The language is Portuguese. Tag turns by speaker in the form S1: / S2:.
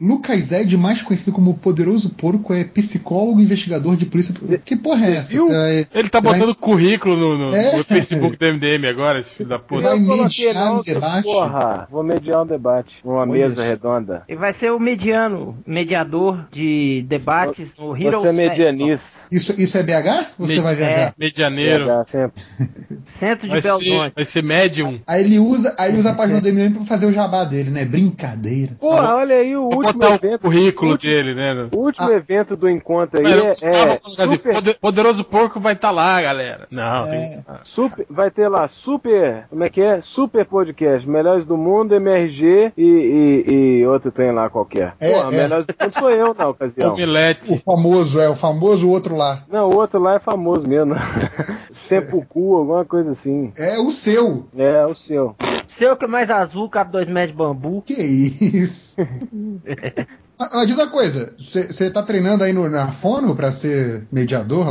S1: Lucas Ed, mais conhecido como Poderoso Porco, é psicólogo e investigador de polícia. Que porra é essa?
S2: Viu?
S1: Você vai-
S2: Ele tá
S1: você vai-
S2: botando currículo no, no-
S1: É.
S2: no Facebook do MDM agora, esse filho da
S1: Você
S2: puta.
S1: vai
S3: Eu é um coloquei,
S1: mediar
S3: não,
S1: o
S3: seu
S1: debate?
S3: Porra, vou mediar um debate. Uma
S1: Olha
S3: mesa
S1: isso.
S3: redonda.
S4: Ele vai ser o mediano, mediador de debates no Hero
S3: Você é medianice.
S1: Isso, isso é BH? Ou você
S2: Me- É.
S1: vai viajar?
S2: Medianeiro.
S3: Pegar sempre.
S1: Ah,
S4: Centro de
S2: Vai ser,
S4: Belzonte.
S2: vai ser médium.
S1: Aí ele usa, aí ele usa a página do MDM pra fazer o jabá dele, né? Brincadeira.
S3: Porra, olha aí o
S2: Vou
S3: último
S2: botar o
S3: evento.
S2: currículo
S3: último-
S2: dele, né? no-
S3: O último
S1: Ah.
S3: evento do encontro aí
S2: Mano, o
S3: é,
S2: Gustavo
S3: é
S2: coloca assim,
S3: super,
S2: "Poder- Poderoso Porco vai estar lá, galera. Não,
S1: É.
S2: tem-
S3: super- vai ter lá super, como é que é? Super podcast, melhores do mundo, MRG e, e- e outro tem lá qualquer.
S1: É,
S3: Porra,
S1: é.
S3: melhores do mundo sou eu na ocasião.
S2: um omelete.
S1: O famoso, é, o famoso outro lá.
S3: Não, o outro lá é famoso mesmo. Sepulcu, alguma coisa assim.
S1: É o seu.
S3: É, o seu.
S4: Seu que é mais azul, cabe dois metros de bambu.
S1: Que isso? Mas mas diz uma coisa, você tá treinando aí no, na Fono pra ser mediador lá?